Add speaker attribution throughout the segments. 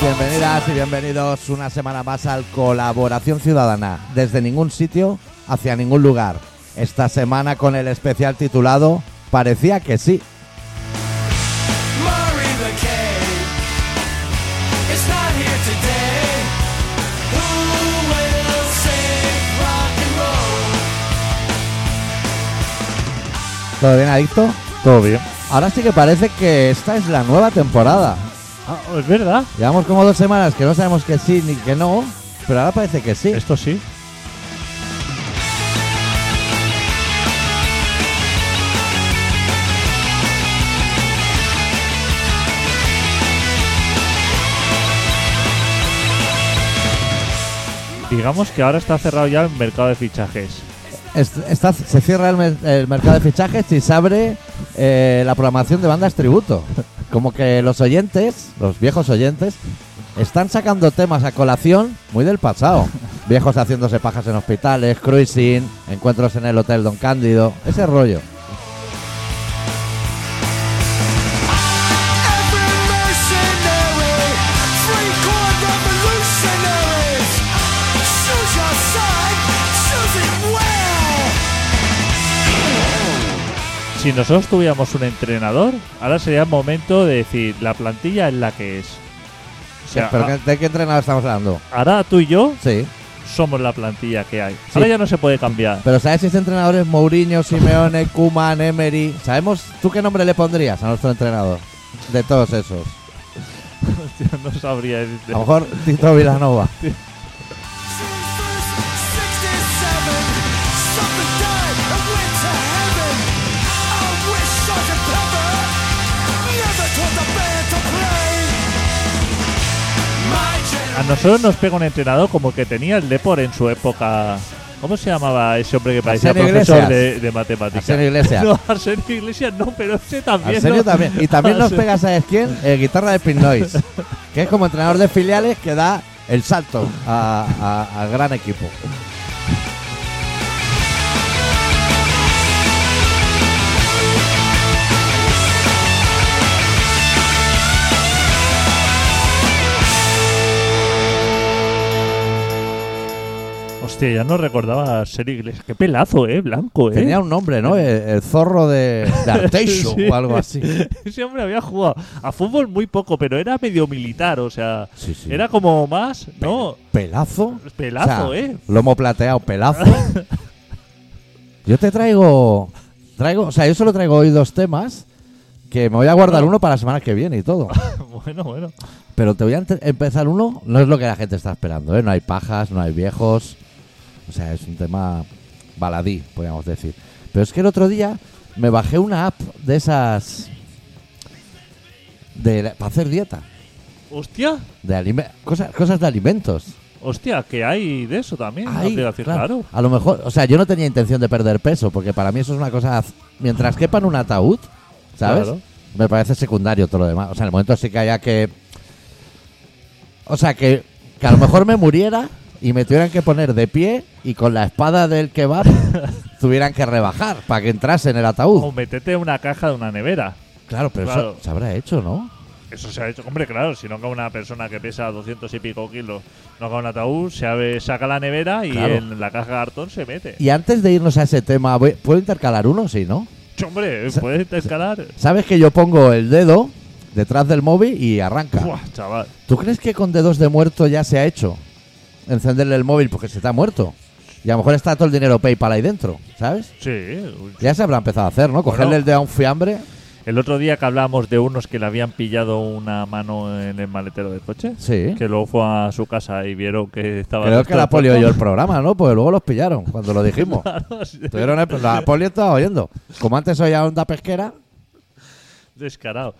Speaker 1: Bienvenidas y bienvenidos una semana más al Colaboración Ciudadana, desde ningún sitio hacia ningún lugar. Esta semana con el especial titulado Parecía que sí.
Speaker 2: Murray McKay is not here today. Who will save rock and roll?
Speaker 1: ¿Todo bien, Adicto?
Speaker 3: Todo bien.
Speaker 1: Ahora sí que parece que esta es la nueva temporada.
Speaker 3: Ah, es verdad.
Speaker 1: Llevamos como dos semanas que no sabemos que sí ni que no, pero ahora parece que sí.
Speaker 3: Esto sí. Digamos que ahora está cerrado ya el mercado de fichajes.
Speaker 1: Es- está- se cierra el, mer- el mercado de fichajes y se abre eh, la programación de bandas tributo. Como que los oyentes, los viejos oyentes, están sacando temas a colación muy del pasado. Viejos haciéndose pajas en hospitales, cruising, encuentros en el Hotel Don Cándido, ese rollo.
Speaker 2: Every mercenary, free corn revolutionaries. Choose your side, choose it well.
Speaker 3: Si nosotros tuviéramos un entrenador, ahora sería el momento de decir la plantilla es la que es. O sea, ah.
Speaker 1: ¿Pero
Speaker 3: a-
Speaker 1: qué- ¿De qué entrenador estamos hablando?
Speaker 3: ahora tú y yo
Speaker 1: Sí.
Speaker 3: somos la plantilla que hay. Ahora ya no se puede cambiar.
Speaker 1: Pero ¿sabes si ese entrenador es Mourinho, Simeone, Kuman, Emery? ¿Sabemos tú qué nombre le pondrías a nuestro entrenador? De todos esos.
Speaker 3: Hostia, no sabría
Speaker 1: A
Speaker 3: decirte.
Speaker 1: lo mejor Tito Vilanova.
Speaker 2: June 1st, 67. Something died and went to heaven. I wish Sergeant Pepper never told the band to play. My
Speaker 3: A nosotros nos pega un entrenador como el que tenía el Depor en su época. ¿Cómo se llamaba ese hombre que parecía
Speaker 1: Arsenio
Speaker 3: profesor
Speaker 1: Iglesias.
Speaker 3: de, de matemáticas?
Speaker 1: Arsenio Iglesias.
Speaker 3: No, Arsenio Iglesias no, pero ese también.
Speaker 1: Arsenio
Speaker 3: ¿no?
Speaker 1: también. Y también nos
Speaker 3: Arsenio-
Speaker 1: pega, ¿sabes quién? El eh, guitarra de Pink Noise, que es como entrenador de filiales que da el salto a- a- al gran equipo.
Speaker 3: Hostia, ya no recordaba a Arsenio Iglesias. Qué pelazo, ¿eh? Blanco, ¿eh?
Speaker 1: Tenía un nombre, ¿no? El, el zorro de, de Arteixo
Speaker 3: Sí.
Speaker 1: o algo así.
Speaker 3: Ese hombre había jugado a fútbol muy poco, pero era medio militar, o sea,
Speaker 1: Sí, sí.
Speaker 3: era como más, ¿no?
Speaker 1: Pelazo.
Speaker 3: Pelazo,
Speaker 1: O sea,
Speaker 3: ¿eh?
Speaker 1: Lomo plateado, pelazo. yo te traigo. Traigo. O sea, yo solo traigo hoy dos temas. Que me voy a guardar uno para la semana que viene y todo.
Speaker 3: bueno, bueno.
Speaker 1: Pero te voy a ente- empezar uno. No es lo que la gente está esperando, ¿eh? No hay pajas, no hay viejos. O sea, es un tema baladí, podríamos decir. Pero es que el otro día me bajé una app de esas. De, para hacer dieta.
Speaker 3: Hostia,
Speaker 1: De alime- cosas, cosas de alimentos.
Speaker 3: hostia, que hay de eso también.
Speaker 1: Ay,
Speaker 3: aplicación, claro.
Speaker 1: A lo mejor, o sea, yo no tenía intención de perder peso, porque para mí eso es una cosa. Mientras quepa en un ataúd, ¿sabes?
Speaker 3: Claro.
Speaker 1: Me parece secundario todo lo demás. O sea, en el momento sí que haya que. O sea, que, que a lo mejor me muriera y me tuvieran que poner de pie y con la espada del kebab tuvieran que rebajar para que entrase en el
Speaker 3: O
Speaker 1: ataúd.
Speaker 3: metete en una caja de una nevera.
Speaker 1: Claro, pero
Speaker 3: Oh, claro.
Speaker 1: eso se habrá hecho, ¿no?
Speaker 3: Eso se ha hecho, hombre, claro, si no cae una persona que pesa 200 y pico kilos, no cae un ataúd, se abre- saca la nevera y
Speaker 1: Claro.
Speaker 3: en la caja de cartón se mete.
Speaker 1: Y antes de irnos a ese tema, voy- ¿puedo intercalar uno? Sí, ¿no?
Speaker 3: Ch, Hombre, puedes escalar.
Speaker 1: Sabes que yo pongo el dedo detrás del móvil y arranca.
Speaker 3: Buah, chaval.
Speaker 1: ¿Tú crees que con dedos de muerto ya se ha hecho? Encenderle el móvil porque se está muerto. Y a lo mejor está todo el dinero PayPal ahí dentro, ¿sabes?
Speaker 3: Sí, un-
Speaker 1: Ya se habrá empezado a hacer, ¿no? Cogerle
Speaker 3: Bueno.
Speaker 1: el dedo a un fiambre.
Speaker 3: El otro día que hablábamos de unos que le habían pillado una mano en el maletero del coche,
Speaker 1: Sí.
Speaker 3: que luego fue a su casa y vieron que estaba.
Speaker 1: Creo que la poli
Speaker 3: yo
Speaker 1: oyó el programa, ¿no? Porque luego los pillaron cuando lo dijimos. Tuvieron el- la poli estaba oyendo. Como antes oía onda pesquera.
Speaker 3: Descarado.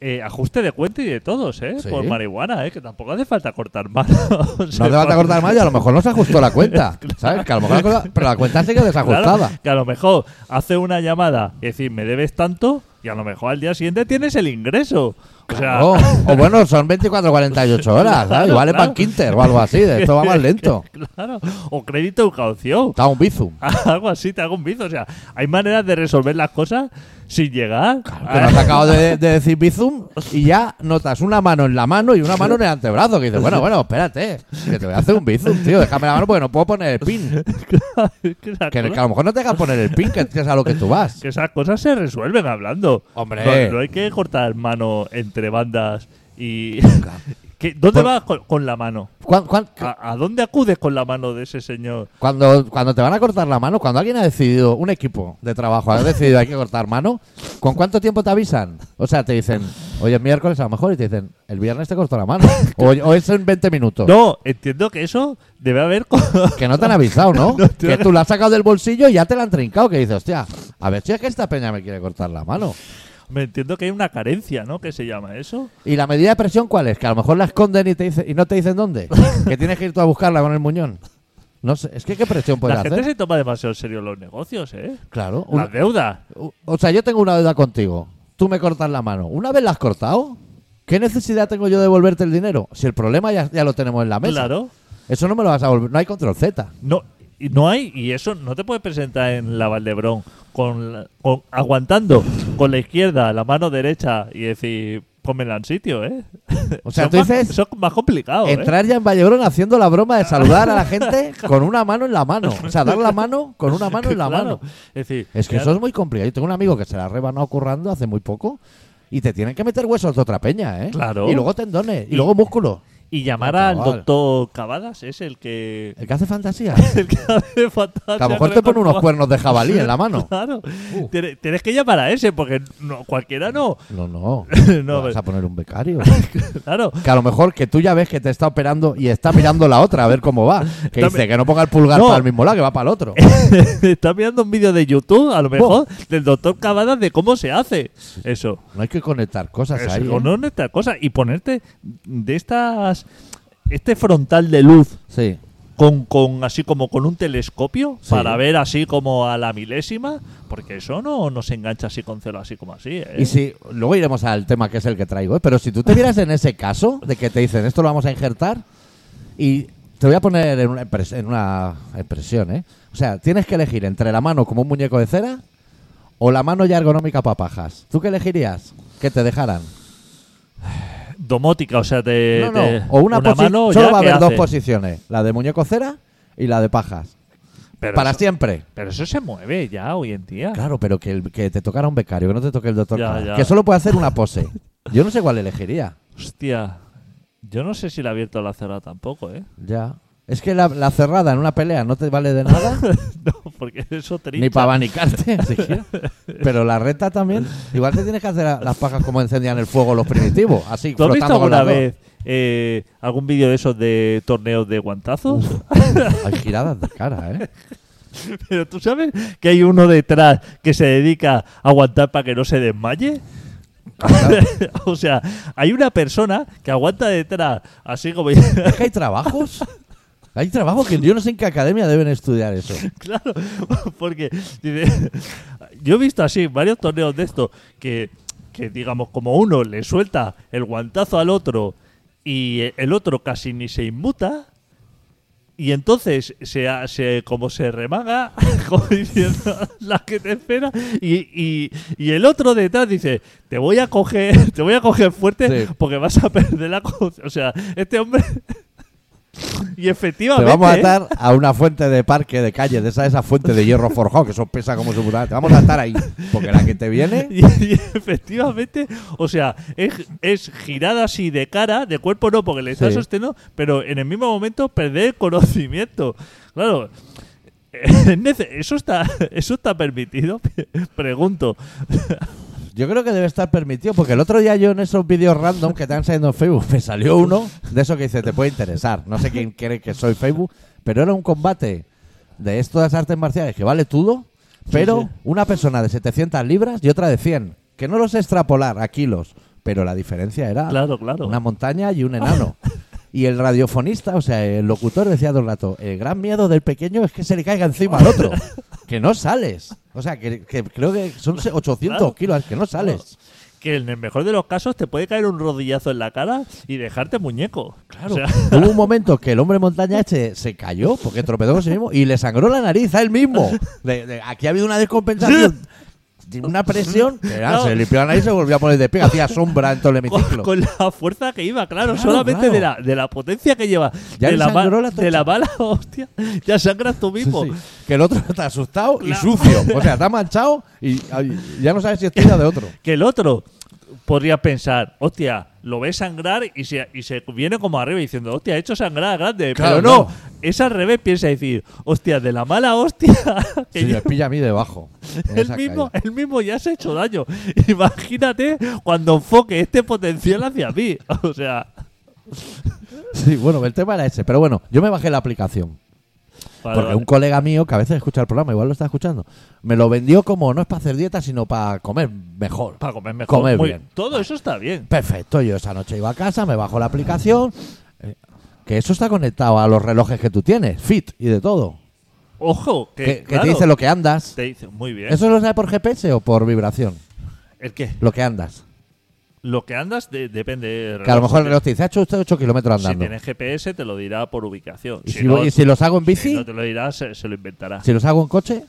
Speaker 3: Eh, ajuste de cuenta y de todos, ¿eh?
Speaker 1: Sí.
Speaker 3: Por marihuana, ¿eh? Que tampoco hace falta cortar manos.
Speaker 1: No te vas a cortar más y a lo mejor no se ajustó la cuenta. ¿Sabes? Que a lo mejor la cosa- pero la cuenta sigue
Speaker 3: Claro,
Speaker 1: desajustada.
Speaker 3: que a lo mejor hace una llamada y decir, me debes tanto, y a lo mejor al día siguiente tienes el ingreso. O sea,
Speaker 1: Oh, o bueno, son 24 48 horas. ¿sabes? Igual es
Speaker 3: claro.
Speaker 1: pan Quinter o algo así. de Esto va más lento.
Speaker 3: claro. O crédito o caución.
Speaker 1: Está un bizum.
Speaker 3: Algo así, te hago un bizo. O sea, hay maneras de resolver las cosas sin llegar.
Speaker 1: Que nos acabo de, de decir bizum y ya notas una mano en la mano y una mano en el antebrazo. Que dices, bueno, bueno, espérate. Que te voy a hacer un bizum, tío. Déjame la mano porque no puedo poner el pin.
Speaker 3: Es que esas
Speaker 1: Que, que
Speaker 3: cosas-
Speaker 1: a lo mejor no te dejas poner el pin, que es a lo que tú vas.
Speaker 3: que esas cosas se resuelven hablando.
Speaker 1: Hombre.
Speaker 3: No, no hay que cortar mano entre bandas y. ¿Qué- ¿Dónde
Speaker 1: Por-
Speaker 3: vas con, con la mano?
Speaker 1: ¿Cuán- cuán-
Speaker 3: ¿A, a dónde acudes con la mano de ese señor?
Speaker 1: Cuando, cuando te van a cortar la mano, cuando alguien ha decidido, un equipo de trabajo ha decidido hay que cortar mano, ¿con cuánto tiempo te avisan? O sea, te dicen, oye, es miércoles a lo mejor, y te dicen, el viernes te corto la mano. O, o es en 20 minutos.
Speaker 3: No, entiendo que eso debe haber. co-
Speaker 1: Que no te han avisado, ¿no?
Speaker 3: No, tío.
Speaker 1: que tú la has sacado del bolsillo y ya te la han trincado. Que dices, hostia, a ver si es que esta peña me quiere cortar la mano.
Speaker 3: Me entiendo que hay una carencia, ¿no? Que se llama eso.
Speaker 1: ¿Y la medida de presión cuál es? Que a lo mejor la esconden y, te dice- y no te dicen dónde. Que tienes que ir tú a buscarla con el muñón. No sé, es que qué presión puedes
Speaker 3: la gente
Speaker 1: hacer.
Speaker 3: se toma demasiado en serio los negocios, ¿eh?
Speaker 1: Claro, una-
Speaker 3: Las deudas.
Speaker 1: O o sea, yo tengo una deuda contigo. Tú me cortas la mano. ¿Una vez la has cortado? ¿Qué necesidad tengo yo de devolverte el dinero? Si el problema ya, ya lo tenemos en la mesa.
Speaker 3: Claro.
Speaker 1: Eso no me lo vas a volver. No hay control Z.
Speaker 3: No, y no hay, y eso no te puedes presentar en la Valdebrón con, la- con- aguantando con la izquierda la mano derecha y decir, pónmela en sitio, ¿eh?
Speaker 1: O sea,
Speaker 3: Eso
Speaker 1: tú
Speaker 3: es más-
Speaker 1: dices-
Speaker 3: Eso es más complicado, ¿eh?
Speaker 1: Entrar ya en Vallebrón haciendo la broma de saludar a la gente con una mano en la mano. O sea, dar la mano con una mano en la
Speaker 3: Claro.
Speaker 1: mano.
Speaker 3: Es decir,
Speaker 1: Es que
Speaker 3: claro,
Speaker 1: eso es muy complicado. Yo tengo un amigo que se la ha rebanado currando hace muy poco y te tienen que meter huesos de otra peña, ¿eh?
Speaker 3: Claro.
Speaker 1: Y luego tendones y luego músculos.
Speaker 3: Y llamar
Speaker 1: Ah,
Speaker 3: al
Speaker 1: chaval.
Speaker 3: doctor Cavadas es el que...
Speaker 1: El que hace fantasía.
Speaker 3: El que hace fantasía
Speaker 1: Que a lo
Speaker 3: con
Speaker 1: mejor
Speaker 3: el
Speaker 1: te pone unos
Speaker 3: cuerpo.
Speaker 1: cuernos de jabalí en la mano.
Speaker 3: Claro. Tiene- Tienes que llamar a ese, porque no, cualquiera no.
Speaker 1: No, no.
Speaker 3: No,
Speaker 1: vas
Speaker 3: pero-
Speaker 1: a poner un becario.
Speaker 3: Claro.
Speaker 1: Que a lo mejor que tú ya ves que te está operando y está mirando la otra a ver cómo va. Que
Speaker 3: Está
Speaker 1: dice
Speaker 3: mi-
Speaker 1: que no ponga el pulgar
Speaker 3: No.
Speaker 1: para el mismo lado, que va para el otro.
Speaker 3: Estás mirando un vídeo de YouTube, a lo mejor, del doctor Cavadas de cómo se hace eso.
Speaker 1: No hay que conectar cosas
Speaker 3: Es
Speaker 1: ahí. ¿eh?
Speaker 3: con estas cosas y ponerte de estas este frontal de luz
Speaker 1: Sí.
Speaker 3: con, con así como con un telescopio
Speaker 1: Sí.
Speaker 3: para ver así como a la milésima, porque eso no, no se engancha así con celo así como así. ¿eh?
Speaker 1: Y si, luego iremos al tema que es el que traigo, ¿eh? pero si tú te vieras en ese caso de que te dicen esto lo vamos a injertar y te voy a poner en una, impres- en una expresión, ¿eh? O sea, tienes que elegir entre la mano como un muñeco de cera o la mano ya ergonómica para pajas. ¿Tú qué elegirías? Que te dejaran.
Speaker 3: Domótica, o sea, te,
Speaker 1: No, no.
Speaker 3: te-
Speaker 1: O una, posi-
Speaker 3: mano
Speaker 1: Solo
Speaker 3: ya
Speaker 1: va a
Speaker 3: que
Speaker 1: haber dos
Speaker 3: hace.
Speaker 1: posiciones: la de muñeco cera y la de pajas.
Speaker 3: Pero
Speaker 1: Para
Speaker 3: eso,
Speaker 1: siempre.
Speaker 3: pero eso se mueve ya hoy en día.
Speaker 1: Claro, pero que, el- que te tocara un becario, que no te toque el doctor.
Speaker 3: Ya,
Speaker 1: Cava,
Speaker 3: ya.
Speaker 1: Que solo puede hacer una pose. Yo no sé cuál elegiría.
Speaker 3: Hostia. Yo no sé si le ha abierto la cerrada tampoco, ¿eh?
Speaker 1: Ya. Es que la, la cerrada en una pelea no te vale de nada,
Speaker 3: no, porque eso te
Speaker 1: ni para abanicarte siquiera. Pero la recta también. Igual te tienes que hacer a- las pajas como encendían el fuego los primitivos. Así,
Speaker 3: ¿Tú has visto
Speaker 1: frotando con
Speaker 3: alguna
Speaker 1: las dos.
Speaker 3: vez eh, algún vídeo de esos de torneos de guantazos?
Speaker 1: Hay giradas de cara, ¿eh?
Speaker 3: Pero tú sabes que hay uno detrás que se dedica a aguantar para que no se desmaye. o sea, hay una persona que aguanta detrás, así como.
Speaker 1: Es que hay trabajos. Hay trabajos que yo no sé en qué academia deben estudiar eso.
Speaker 3: claro, porque dice, yo he visto así varios torneos de esto que, que, digamos, como uno le suelta el guantazo al otro y el otro casi ni se inmuta. Y entonces se, ha- se- como se remaga, como diciendo la que te espera, y, y- y el otro detrás dice, te voy a coger, te voy a coger fuerte
Speaker 1: Sí.
Speaker 3: porque vas a perder la conciencia. O sea, este hombre y
Speaker 1: Te
Speaker 3: efectivamente
Speaker 1: vamos a
Speaker 3: ¿eh?
Speaker 1: atar a una fuente de parque, de calle, de esa, esa fuente de hierro forjado que eso pesa como su puta. madre. Te vamos a atar ahí. Porque la que te viene.
Speaker 3: Y, y efectivamente, o sea, es, es girada así de cara, de cuerpo no, porque le está
Speaker 1: Sí.
Speaker 3: sosteniendo, pero en el mismo momento perder el conocimiento. Claro. es nece- Eso está, eso está permitido, pregunto.
Speaker 1: Yo creo que debe estar permitido. Porque el otro día yo en esos vídeos random que te han saliendo en Facebook me salió uno de eso que dice: Te puede interesar. No sé quién cree que soy Facebook. Pero era un combate de estas artes marciales que vale todo. Pero
Speaker 3: sí.
Speaker 1: una persona de 700 libras y otra de 100. Que no los extrapolar a kilos. Pero la diferencia era
Speaker 3: Claro, claro.
Speaker 1: una montaña y un enano. Y el radiofonista, o sea, el locutor decía todo el rato, el gran miedo del pequeño es que se le caiga encima al otro, que no sales. O sea, que, que creo que son 800
Speaker 3: Claro.
Speaker 1: kilos, que no sales.
Speaker 3: Claro. que en el mejor de los casos te puede caer un rodillazo en la cara y dejarte muñeco. Claro.
Speaker 1: Hubo un momento que el hombre montaña este se cayó porque tropezó con sí mismo y le sangró la nariz a él mismo. De- de- aquí ha habido una descompensación, de una presión. que, ah,
Speaker 3: No.
Speaker 1: Se limpió la nariz y se volvió a poner de pie. Hacía sombra en todo el
Speaker 3: con,
Speaker 1: hemiciclo.
Speaker 3: con la fuerza que iba, claro,
Speaker 1: Claro,
Speaker 3: solamente
Speaker 1: claro.
Speaker 3: De, la, de la potencia que lleva.
Speaker 1: Ya
Speaker 3: de,
Speaker 1: le
Speaker 3: la ma-
Speaker 1: sangró la
Speaker 3: de la
Speaker 1: tocha.
Speaker 3: bala, hostia, ya sangras tú
Speaker 1: Sí,
Speaker 3: mismo.
Speaker 1: sí. Que el otro está asustado y
Speaker 3: Claro.
Speaker 1: sucio. O sea, está manchado y ay, ya no sabes si es tuya o de otro.
Speaker 3: Que el otro podría pensar, hostia, lo ve sangrar y se, y se viene como arriba diciendo, hostia, he hecho sangrar a grande.
Speaker 1: Claro,
Speaker 3: pero no,
Speaker 1: no.
Speaker 3: es al revés, piensa decir, hostia, de la mala hostia. que
Speaker 1: Si
Speaker 3: yo-
Speaker 1: me pilla a mí debajo. en
Speaker 3: El
Speaker 1: esa
Speaker 3: mismo,
Speaker 1: caída.
Speaker 3: el mismo ya se ha hecho daño. Imagínate cuando enfoque este potencial hacia mí. O sea,
Speaker 1: Sí, bueno, el tema era ese. Pero bueno, yo me bajé la aplicación.
Speaker 3: para-
Speaker 1: Porque un colega mío, que a veces escucha el programa, igual lo está escuchando, me lo vendió como no es para hacer dieta, sino para comer mejor.
Speaker 3: para comer mejor.
Speaker 1: comer
Speaker 3: muy-
Speaker 1: bien.
Speaker 3: Todo eso está bien.
Speaker 1: Perfecto, yo esa noche iba a casa, me bajo la aplicación, eh, que eso está conectado a los relojes que tú tienes, fit y de todo.
Speaker 3: Ojo, que,
Speaker 1: Que, que
Speaker 3: claro,
Speaker 1: te dice lo que andas.
Speaker 3: te dice- muy bien.
Speaker 1: ¿Eso lo sabes por GPS o por vibración?
Speaker 3: ¿El qué?
Speaker 1: Lo que andas.
Speaker 3: Lo que andas de- depende. del
Speaker 1: Que a lo
Speaker 3: reloj.
Speaker 1: mejor el reloj te dice, ha hecho usted 8 kilómetros
Speaker 3: Si
Speaker 1: andando.
Speaker 3: tienes GPS te lo dirá por ubicación.
Speaker 1: Y si,
Speaker 3: no,
Speaker 1: voy- y si los hago en bici,
Speaker 3: si no te lo dirá, se, se lo inventará.
Speaker 1: si los hago en coche,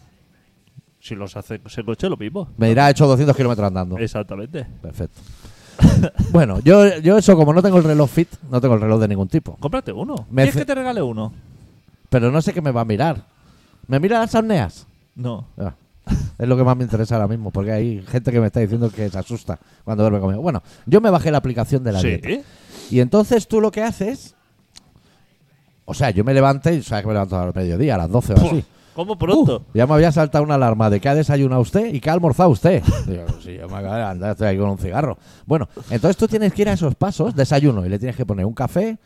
Speaker 3: Si los hace ese coche, lo mismo.
Speaker 1: me dirá, ha hecho 200 kilómetros andando.
Speaker 3: Exactamente.
Speaker 1: Perfecto. bueno, yo, yo eso, como no tengo el reloj fit, no tengo el reloj de ningún tipo.
Speaker 3: Cómprate uno.
Speaker 1: Me
Speaker 3: ¿Quieres
Speaker 1: fe-
Speaker 3: que te regale uno?
Speaker 1: Pero no sé qué me va a mirar. ¿Me mira las apneas?
Speaker 3: No.
Speaker 1: Ah, es lo que más me interesa ahora mismo, porque hay gente que me está diciendo que se asusta cuando duerme conmigo. Bueno, yo me bajé la aplicación de la
Speaker 3: sí. Pues
Speaker 1: dieta. Y entonces tú lo que haces... O sea, yo me levanté, y sabes que me levanto al mediodía, a las 12 o
Speaker 3: Puh,
Speaker 1: así.
Speaker 3: ¿Cómo pronto?
Speaker 1: Pues Uh, ya me había saltado una alarma de que ha desayunado usted y que ha almorzado usted. Digo, sí, yo me acabo de andar, estoy ahí con un cigarro. Bueno, entonces tú tienes que ir a esos pasos, desayuno, y le tienes que poner un café,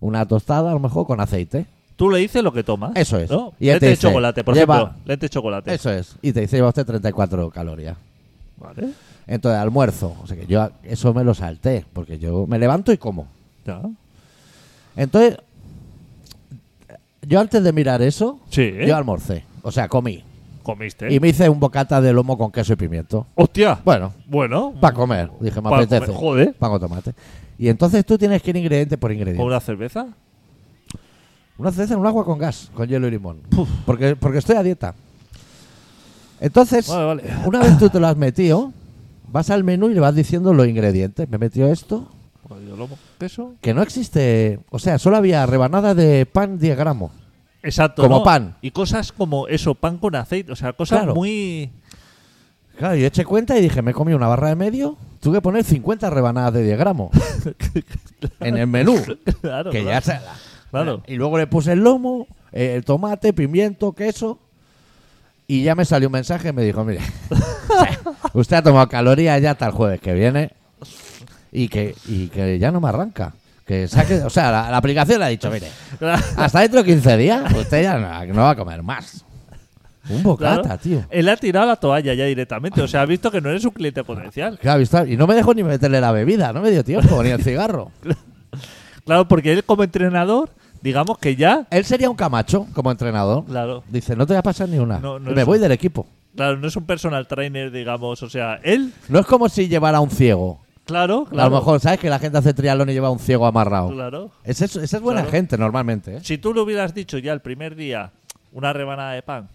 Speaker 1: una tostada a lo mejor con aceite.
Speaker 3: Tú le dices lo que tomas.
Speaker 1: Eso es.
Speaker 3: ¿no?
Speaker 1: Y él
Speaker 3: Lente
Speaker 1: te
Speaker 3: de
Speaker 1: dice,
Speaker 3: chocolate, por
Speaker 1: lleva-
Speaker 3: ejemplo. Lente de chocolate.
Speaker 1: Eso es. Y te dice, lleva usted 34 calorías.
Speaker 3: Vale.
Speaker 1: Entonces, almuerzo. O sea que yo a- eso me lo salté, porque yo me levanto y como.
Speaker 3: Ya.
Speaker 1: Entonces, yo antes de mirar eso,
Speaker 3: Sí, ¿eh?
Speaker 1: yo almorcé. O sea, comí.
Speaker 3: Comiste.
Speaker 1: Y me hice un bocata de lomo con queso y pimiento.
Speaker 3: Hostia.
Speaker 1: Bueno,
Speaker 3: Bueno.
Speaker 1: Para comer, dije, me
Speaker 3: Pa'
Speaker 1: apetece.
Speaker 3: comer, joder.
Speaker 1: Pan con tomate. Y entonces tú tienes que ir ingrediente por
Speaker 3: ¿Con
Speaker 1: ingrediente.
Speaker 3: una cerveza?
Speaker 1: Una cerveza en un agua con gas, con hielo y limón. Porque, porque estoy a dieta. Entonces,
Speaker 3: Vale, vale.
Speaker 1: una vez tú te lo has metido, vas al menú y le vas diciendo los ingredientes. Me metió esto,
Speaker 3: Jodido lomo. Pues ¿Queso?
Speaker 1: que no existe. O sea, solo había rebanada de pan 10 gramos.
Speaker 3: Exacto.
Speaker 1: Como
Speaker 3: ¿no?
Speaker 1: pan.
Speaker 3: Y cosas como eso, pan con aceite. O sea, cosas
Speaker 1: Claro.
Speaker 3: muy.
Speaker 1: Claro, yo eché cuenta y dije, me he comido una barra de medio, tuve que poner 50 rebanadas de 10 gramos en el menú.
Speaker 3: claro.
Speaker 1: que ya
Speaker 3: claro.
Speaker 1: se la-
Speaker 3: Claro.
Speaker 1: Y luego le puse el lomo, eh, el tomate, pimiento, queso. Y ya me salió un mensaje y me dijo, mire, usted ha tomado calorías ya hasta el jueves que viene y que, y que ya no me arranca. Que saque, o sea, la, la aplicación le ha dicho, mire,
Speaker 3: Claro.
Speaker 1: hasta dentro de 15 días usted ya no, no va a comer más. Un bocata,
Speaker 3: Claro.
Speaker 1: tío.
Speaker 3: Él ha tirado la toalla ya directamente. O sea, ha visto que no eres un cliente potencial.
Speaker 1: Claro, está- y no me dejó ni meterle la bebida, no me dio tiempo, ni el cigarro.
Speaker 3: Claro, porque él como entrenador, digamos que ya.
Speaker 1: Él sería un camacho como entrenador.
Speaker 3: Claro.
Speaker 1: Dice, no te voy a pasar ni una.
Speaker 3: No, no
Speaker 1: me
Speaker 3: es
Speaker 1: voy
Speaker 3: un-
Speaker 1: del equipo.
Speaker 3: Claro, no es un personal trainer, digamos. O sea, él.
Speaker 1: No es como si llevara un ciego.
Speaker 3: Claro, claro.
Speaker 1: A lo mejor, ¿sabes? Que la gente hace triatlón y lleva un ciego amarrado.
Speaker 3: Claro.
Speaker 1: Ese es, esa es buena
Speaker 3: Claro.
Speaker 1: gente normalmente, ¿eh?
Speaker 3: Si tú le hubieras dicho ya el primer día una rebanada de pan,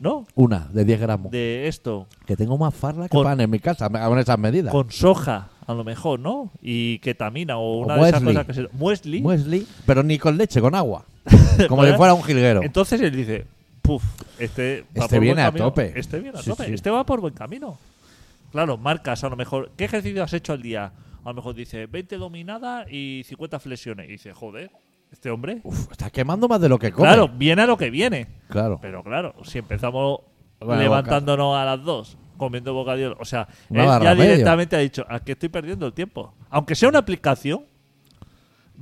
Speaker 3: ¿no?
Speaker 1: Una de 10 gramos.
Speaker 3: De esto,
Speaker 1: Que tengo más farla que
Speaker 3: Con-
Speaker 1: pan en mi casa, me- con esas medidas.
Speaker 3: con soja, a lo mejor, ¿no? Y ketamina o una de esas
Speaker 1: muesli.
Speaker 3: cosas que se. Muesli.
Speaker 1: Muesli, pero ni con leche, con agua. Como
Speaker 3: Vale.
Speaker 1: si fuera un jilguero.
Speaker 3: Entonces él dice, puf, este, va
Speaker 1: Este
Speaker 3: por
Speaker 1: viene
Speaker 3: buen
Speaker 1: a
Speaker 3: camino.
Speaker 1: tope.
Speaker 3: Este viene a
Speaker 1: Sí,
Speaker 3: tope.
Speaker 1: sí.
Speaker 3: Este va por buen camino. Claro, marcas a lo mejor. ¿Qué ejercicio has hecho al día? A lo mejor dice 20 dominadas y 50 flexiones. Y dice, joder, este hombre.
Speaker 1: Uf, está quemando más de lo que come.
Speaker 3: Claro, viene a lo que viene.
Speaker 1: Claro.
Speaker 3: Pero claro, si empezamos
Speaker 1: Bueno,
Speaker 3: levantándonos a las 2, comiendo bocadillo, o sea,
Speaker 1: Una
Speaker 3: él
Speaker 1: barra
Speaker 3: ya
Speaker 1: medio.
Speaker 3: directamente ha dicho, aquí estoy perdiendo el tiempo. Aunque sea una aplicación,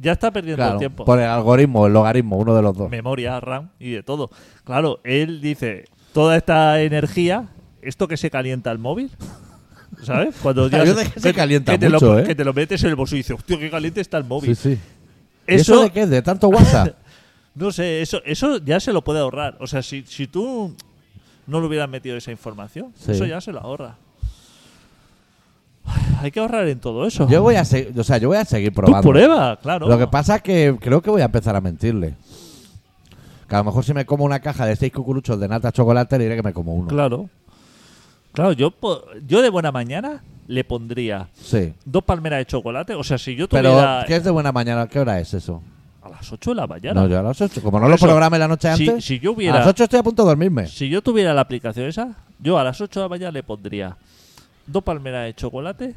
Speaker 3: ya está perdiendo
Speaker 1: Claro,
Speaker 3: el tiempo.
Speaker 1: Por el algoritmo, el logaritmo, uno de los dos.
Speaker 3: Memoria, RAM y de todo. Claro, él dice, toda esta energía, esto que se calienta el móvil. ¿Sabes? Cuando ya
Speaker 1: Yo de que se calienta
Speaker 3: te lo-
Speaker 1: mucho, ¿eh?
Speaker 3: que te lo metes en el bolso y dices, hostia, qué caliente está el móvil.
Speaker 1: Sí, sí. ¿Y ¿Eso, de qué? ¿De tanto WhatsApp?
Speaker 3: No sé, eso, eso ya se lo puede ahorrar. O sea, si, si tú no le hubieras metido esa información,
Speaker 1: Sí.
Speaker 3: eso ya se lo ahorra. hay que ahorrar en todo eso.
Speaker 1: Yo voy a, se- o sea, yo voy a seguir
Speaker 3: Tú
Speaker 1: probando.
Speaker 3: prueba, claro.
Speaker 1: Lo que pasa es que creo que voy a empezar a mentirle. Que a lo mejor si me como una caja de seis cucuruchos de nata chocolate, le diré que me como uno.
Speaker 3: Claro. Claro, yo, po- yo de buena mañana le pondría
Speaker 1: Sí.
Speaker 3: dos palmeras de chocolate. O sea, si yo
Speaker 1: Pero,
Speaker 3: tuviera
Speaker 1: ¿qué es de buena mañana? ¿Qué hora es eso?
Speaker 3: a las 8 de la mañana.
Speaker 1: No, yo a las 8. Como no
Speaker 3: Por
Speaker 1: lo
Speaker 3: eso,
Speaker 1: programe la noche
Speaker 3: si-
Speaker 1: antes.
Speaker 3: si yo hubiera-
Speaker 1: A las 8 estoy a punto de dormirme.
Speaker 3: Si yo tuviera la aplicación esa, yo a las 8 de la mañana le pondría dos palmeras de chocolate,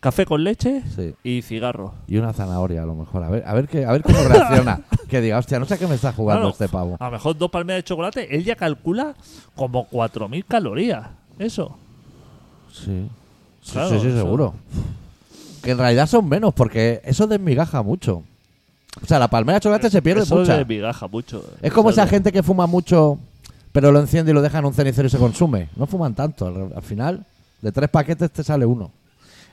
Speaker 3: café con leche
Speaker 1: Sí.
Speaker 3: y cigarro.
Speaker 1: Y una zanahoria, a lo mejor. A ver, a ver, qué, a ver cómo reacciona. que diga, hostia, no sé qué me está jugando
Speaker 3: Claro,
Speaker 1: este pavo.
Speaker 3: A lo mejor dos palmeras de chocolate, él ya calcula como 4.000 calorías. Eso.
Speaker 1: Sí. Sí,
Speaker 3: Claro,
Speaker 1: sí, sí,
Speaker 3: eso.
Speaker 1: seguro. Que en realidad son menos, porque eso desmigaja mucho. O sea, la palmera de chocolate se pierde
Speaker 3: Eso
Speaker 1: mucha.
Speaker 3: de migaja mucho.
Speaker 1: Es como
Speaker 3: Eso
Speaker 1: esa
Speaker 3: de-
Speaker 1: gente que fuma mucho, pero lo enciende y lo deja en un cenicero y se consume. No fuman tanto. Al, al final, de tres paquetes te sale uno.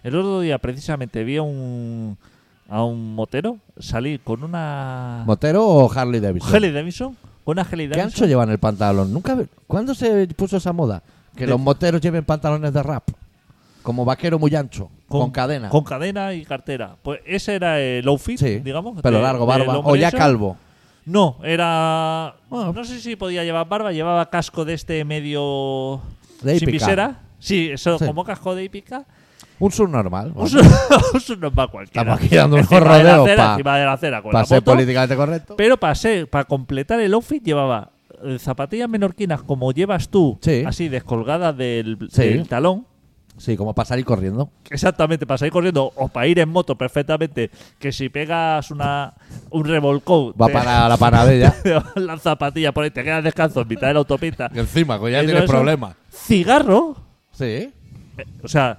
Speaker 3: El otro día precisamente vi a un, a un motero salir con una
Speaker 1: ¿Motero o Harley Davidson?
Speaker 3: Ah. Harley Davidson, con una Harley
Speaker 1: ¿Qué ancho
Speaker 3: Davidson.
Speaker 1: llevan el pantalón? Nunca ve- ¿Cuándo se puso esa moda? Que
Speaker 3: De-
Speaker 1: los moteros lleven pantalones de rap. Como vaquero muy ancho, con, cadena.
Speaker 3: Con cadena y cartera. Pues ese era el outfit,
Speaker 1: sí,
Speaker 3: digamos.
Speaker 1: Pelo
Speaker 3: de-
Speaker 1: largo,
Speaker 3: del
Speaker 1: barba.
Speaker 3: hombre
Speaker 1: O ya
Speaker 3: ese.
Speaker 1: calvo.
Speaker 3: No, era...
Speaker 1: Bueno.
Speaker 3: No sé si podía llevar barba, llevaba casco de este medio...
Speaker 1: De
Speaker 3: sin
Speaker 1: hípica.
Speaker 3: visera. Sí, eso,
Speaker 1: Sí.
Speaker 3: como casco de hípica.
Speaker 1: Un subnormal.
Speaker 3: Un
Speaker 1: Bueno,
Speaker 3: su- un subnormal cualquiera.
Speaker 1: Estamos aquí dando un
Speaker 3: Encima de la
Speaker 1: rodeo
Speaker 3: acera,
Speaker 1: pa-
Speaker 3: encima de la acera con
Speaker 1: para
Speaker 3: la
Speaker 1: ser
Speaker 3: moto.
Speaker 1: políticamente correcto.
Speaker 3: Pero para ser- para completar el outfit llevaba eh, zapatillas menorquinas como llevas tú,
Speaker 1: Sí.
Speaker 3: así descolgadas del,
Speaker 1: Sí.
Speaker 3: del talón.
Speaker 1: Sí, como para salir corriendo.
Speaker 3: Exactamente, para salir corriendo o para ir en moto perfectamente, que si pegas una un revolcón,
Speaker 1: Va
Speaker 3: te-
Speaker 1: para la panadella.
Speaker 3: te van las zapatillas por ahí, te quedas descanso en mitad de la autopista.
Speaker 1: Y encima, que ya
Speaker 3: Y
Speaker 1: tienes
Speaker 3: todo eso.
Speaker 1: problemas.
Speaker 3: Cigarro,
Speaker 1: Sí.
Speaker 3: eh, o sea,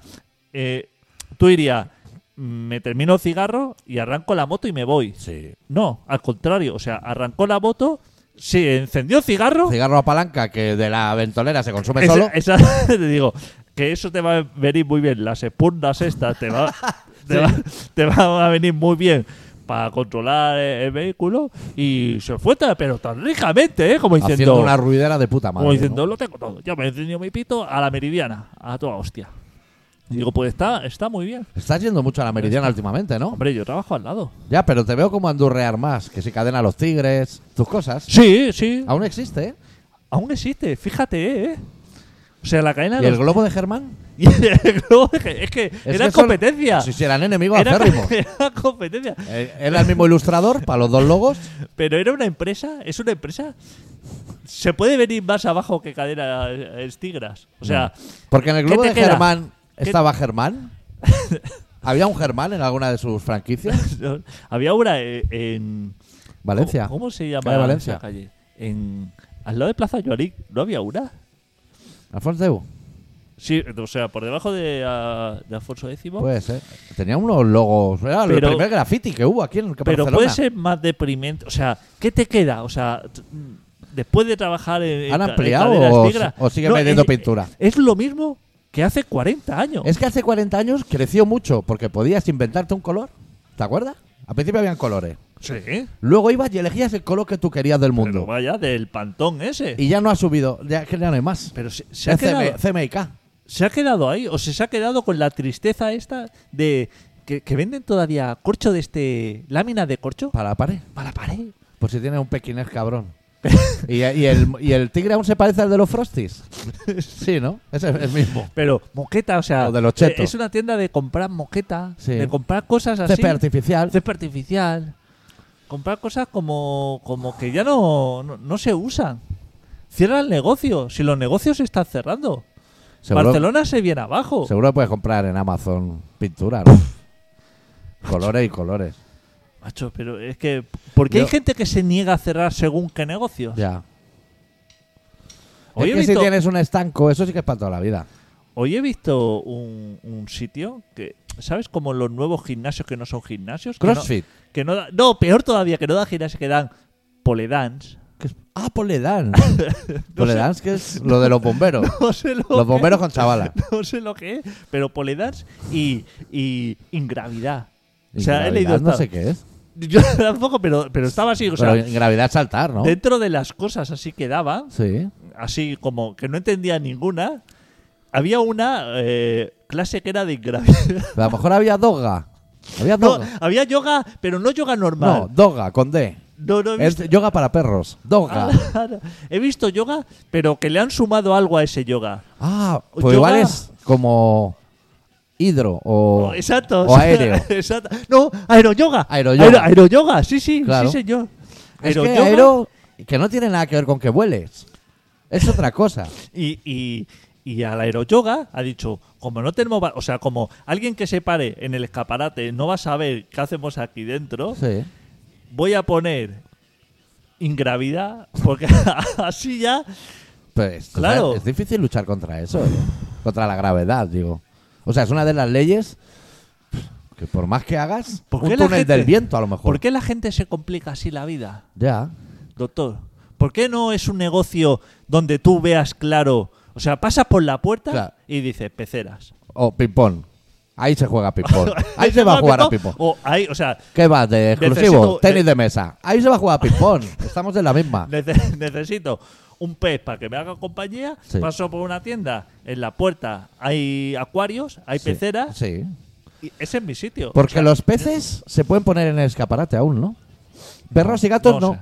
Speaker 3: eh, tú irías, me termino el cigarro y arranco la moto y me voy.
Speaker 1: Sí.
Speaker 3: No, al contrario, o sea, arrancó la moto, se encendió el cigarro.
Speaker 1: Cigarro a palanca que de la ventolera se consume
Speaker 3: Esa-
Speaker 1: solo.
Speaker 3: esa- te digo, que eso te va a venir muy bien. Las espurnas estas te va, te va, te va a venir muy bien para controlar el, el vehículo. Y se fue, ta- pero tan ricamente, ¿eh? Como
Speaker 1: haciendo
Speaker 3: diciendo,
Speaker 1: una ruidera de puta madre.
Speaker 3: como diciendo
Speaker 1: ¿no?
Speaker 3: lo tengo todo. Ya me he encendido mi pito a la meridiana, a toda hostia. Y digo, pues está, está muy bien.
Speaker 1: Estás yendo mucho a la meridiana últimamente, ¿no?
Speaker 3: Hombre, yo trabajo al lado.
Speaker 1: Ya, pero te veo como andurrear más. Que si cadena a los tigres, tus cosas.
Speaker 3: Sí, sí.
Speaker 1: Aún existe, ¿eh?
Speaker 3: Aún existe, fíjate, ¿eh? O sea, la cadena
Speaker 1: ¿Y
Speaker 3: de
Speaker 1: el
Speaker 3: los-
Speaker 1: globo de Germán?
Speaker 3: Y el globo de que- es que
Speaker 1: Es
Speaker 3: era
Speaker 1: que son-
Speaker 3: competencia.
Speaker 1: Sí, sí, eran enemigos
Speaker 3: era,
Speaker 1: acérrimos.
Speaker 3: era competencia.
Speaker 1: Eh, Era el mismo ilustrador para los dos logos.
Speaker 3: Pero era una empresa, es una empresa. Se puede venir más abajo que cadena eh, es Tigras. O sea,
Speaker 1: Porque en el
Speaker 3: ¿Qué
Speaker 1: globo
Speaker 3: te
Speaker 1: de
Speaker 3: queda?
Speaker 1: Germán
Speaker 3: ¿Qué-
Speaker 1: estaba Germán. ¿Había un Germán en alguna de sus franquicias?
Speaker 3: había una eh, en.
Speaker 1: Valencia.
Speaker 3: ¿Cómo, cómo se llama
Speaker 1: Calle Valencia.
Speaker 3: esa calle? En, al lado de Plaza Joaric, ¿no había una?
Speaker 1: Alfonso Deu.
Speaker 3: Sí, o sea, por debajo de, ah, de Alfonso X.
Speaker 1: Puede ser. Tenía unos logos. Era el
Speaker 3: Pero-
Speaker 1: primer graffiti que hubo aquí en el
Speaker 3: Pero
Speaker 1: Barcelona.
Speaker 3: puede ser más deprimente. O sea, ¿qué te queda? O sea, t- después de trabajar en.
Speaker 1: ¿Han
Speaker 3: en ca- en
Speaker 1: ampliado
Speaker 3: cadenas
Speaker 1: o
Speaker 3: negras-
Speaker 1: si- o siguen vendiendo
Speaker 3: es-
Speaker 1: pintura?
Speaker 3: Es lo mismo que hace 40 años.
Speaker 1: Es que hace 40 años creció mucho porque podías inventarte un color. ¿Te acuerdas? Al principio habían colores.
Speaker 3: Sí.
Speaker 1: Luego ibas y elegías el color que tú querías del
Speaker 3: Pero
Speaker 1: mundo.
Speaker 3: vaya, del pantón ese.
Speaker 1: Y ya no ha subido. Ya, que ya no hay más.
Speaker 3: Pero se, se ha
Speaker 1: Es CM
Speaker 3: quedado,
Speaker 1: CMYK.
Speaker 3: se ha quedado ahí, o se, se ha quedado con la tristeza esta de que, que venden todavía corcho de este. lámina de corcho
Speaker 1: Para la pared.
Speaker 3: para la pared.
Speaker 1: Pues si tiene un pequinés cabrón. y, y el, y el tigre aún se parece al de los Frosties. Sí, ¿no? Ese es el mismo.
Speaker 3: Pero moqueta, o sea,
Speaker 1: O de los chetos.
Speaker 3: eh, es una tienda de comprar moqueta,
Speaker 1: Sí.
Speaker 3: de comprar cosas así.
Speaker 1: Césped artificial.
Speaker 3: Cepa artificial. Comprar cosas como, como que ya no, no, no se usan. Cierra el negocio, si los negocios se están cerrando.
Speaker 1: Seguro,
Speaker 3: Barcelona se viene abajo.
Speaker 1: seguro que puedes comprar en Amazon pintura, ¿no? colores y colores.
Speaker 3: Macho, pero es que. ¿Por qué
Speaker 1: Yo-
Speaker 3: hay gente que se niega a cerrar según qué negocios?
Speaker 1: Ya.
Speaker 3: Hoy
Speaker 1: es
Speaker 3: he
Speaker 1: que si
Speaker 3: visto-
Speaker 1: tienes un estanco, eso sí que es para toda la vida.
Speaker 3: Hoy he visto un, un sitio que. ¿Sabes? Como los nuevos gimnasios que no son gimnasios. que no-
Speaker 1: Crossfit.
Speaker 3: Que no, da- no, peor todavía, que no dan gimnasios, que dan pole dance.
Speaker 1: ¿Qué es? Ah, pole dance. pole dance, que es lo de los bomberos.
Speaker 3: No sé lo
Speaker 1: los
Speaker 3: que-
Speaker 1: bomberos con chavalas.
Speaker 3: no sé lo que es, pero pole dance y, y ingravidad. O sea, he
Speaker 1: Ingravidad,
Speaker 3: leído.
Speaker 1: No
Speaker 3: esta-
Speaker 1: sé qué es.
Speaker 3: Yo tampoco, pero, pero estaba así. O sea,
Speaker 1: Pero en gravedad saltar, ¿no?
Speaker 3: dentro de las cosas así que daban,
Speaker 1: Sí.
Speaker 3: así como que no entendía ninguna, había una eh, clase que era de ingravidez.
Speaker 1: A lo mejor había doga. Había
Speaker 3: No,
Speaker 1: doga.
Speaker 3: había yoga, pero no yoga
Speaker 1: No,
Speaker 3: normal.
Speaker 1: doga, con D.
Speaker 3: No, no, he
Speaker 1: Es
Speaker 3: visto. Ah,
Speaker 1: yoga para perros. Doga.
Speaker 3: He visto yoga, pero que le han sumado algo a ese yoga.
Speaker 1: Ah,
Speaker 3: O
Speaker 1: pues igual
Speaker 3: yoga.
Speaker 1: es como hidro o,
Speaker 3: Oh, Exacto.
Speaker 1: o aéreo.
Speaker 3: Exacto. No, aeroyoga.
Speaker 1: Aeroyoga.
Speaker 3: Aero- aeroyoga, sí, sí,
Speaker 1: Claro.
Speaker 3: sí, señor.
Speaker 1: Es que
Speaker 3: Aeroyoga
Speaker 1: aero que no tiene nada que ver con que vueles. Es otra cosa.
Speaker 3: Y, y, y al aeroyoga ha dicho, como no tenemos... va- O sea, como alguien que se pare en el escaparate no va a saber qué hacemos aquí dentro,
Speaker 1: Sí.
Speaker 3: voy a poner ingravidad, porque así ya...
Speaker 1: Pues, o sea,
Speaker 3: Claro.
Speaker 1: es difícil luchar contra eso, ¿eh? contra la gravedad, digo. O sea, es una de las leyes que por más que hagas,
Speaker 3: ¿Por
Speaker 1: un
Speaker 3: qué la
Speaker 1: túnel
Speaker 3: gente-
Speaker 1: del viento a lo mejor.
Speaker 3: ¿Por qué la gente se complica así la vida,
Speaker 1: Ya.
Speaker 3: doctor? ¿Por qué no es un negocio donde tú veas claro? O sea, pasas por la puerta
Speaker 1: Claro.
Speaker 3: y dices, peceras.
Speaker 1: O ping-pong. Ahí se juega ping-pong. Ahí se va a jugar a ping-pong.
Speaker 3: O, ahí, o sea,
Speaker 1: ¿Qué va? ¿De exclusivo?
Speaker 3: Necesito-
Speaker 1: Tenis de mesa. Ahí se va a jugar ping-pong. Estamos en la misma.
Speaker 3: Nece- necesito un pez para que me haga compañía.
Speaker 1: Sí.
Speaker 3: Paso por una tienda, en la puerta hay acuarios, hay
Speaker 1: Sí.
Speaker 3: peceras.
Speaker 1: Sí.
Speaker 3: y ese es mi sitio.
Speaker 1: Porque
Speaker 3: O sea,
Speaker 1: los peces se pueden poner en el escaparate aún, ¿no? Perros y gatos
Speaker 3: No
Speaker 1: no.
Speaker 3: sé.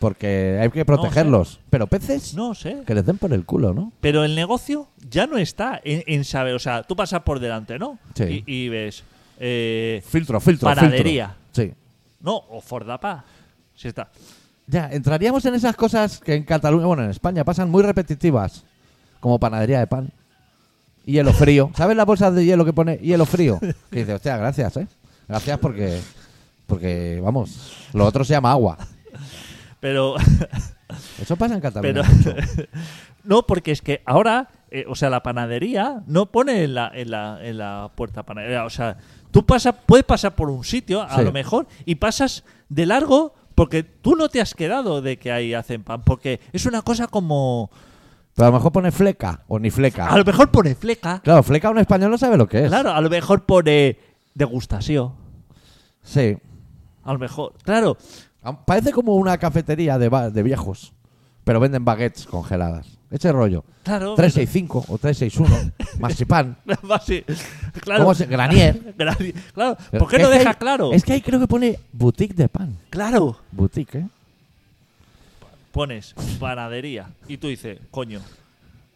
Speaker 1: Porque hay que protegerlos. Pero peces,
Speaker 3: No sé.
Speaker 1: que les den por el culo, ¿no?
Speaker 3: Pero el negocio ya no está en, en saber. O sea, tú pasas por delante, ¿no?
Speaker 1: Sí.
Speaker 3: Y, y ves. eh,
Speaker 1: Filtro, filtro,
Speaker 3: Panadería.
Speaker 1: filtro. Sí.
Speaker 3: no, o Fordapa. Sí está.
Speaker 1: Ya, entraríamos en esas cosas que en Cataluña, bueno, en España pasan muy repetitivas. Como panadería de pan. Y hielo frío. ¿Sabes las bolsas de hielo que pone hielo frío? Que dice, hostia, gracias, ¿eh? Gracias porque, porque, vamos, lo otro se llama agua.
Speaker 3: Pero.
Speaker 1: Eso pasa en Cataluña.
Speaker 3: pero
Speaker 1: mucho.
Speaker 3: no, porque es que ahora. eh, o sea, la panadería no pone en la, en la, en la puerta panadería. O sea, tú pasas, puedes pasar por un sitio, a
Speaker 1: Sí.
Speaker 3: lo mejor, y pasas de largo porque tú no te has quedado de que ahí hacen pan. Porque es una cosa como.
Speaker 1: Pero a lo mejor pone fleca o ni fleca.
Speaker 3: A lo mejor pone fleca.
Speaker 1: Ah. Claro, fleca un español no sabe lo que es.
Speaker 3: Claro, a lo mejor pone degustación.
Speaker 1: Sí.
Speaker 3: A lo mejor. Claro,
Speaker 1: Am- Parece como una cafetería de, va- de viejos, pero venden baguettes congeladas. Ese rollo.
Speaker 3: claro.
Speaker 1: 365 o 361, marzipan.
Speaker 3: Va así. Claro.
Speaker 1: ¿Cómo se- Granier?
Speaker 3: Granier. Claro. ¿Por qué
Speaker 1: Es
Speaker 3: no
Speaker 1: que
Speaker 3: deja
Speaker 1: ahí-
Speaker 3: claro?
Speaker 1: Es que ahí creo que pone boutique de pan.
Speaker 3: Claro.
Speaker 1: Boutique, ¿eh?
Speaker 3: Pones panadería y tú dices, coño,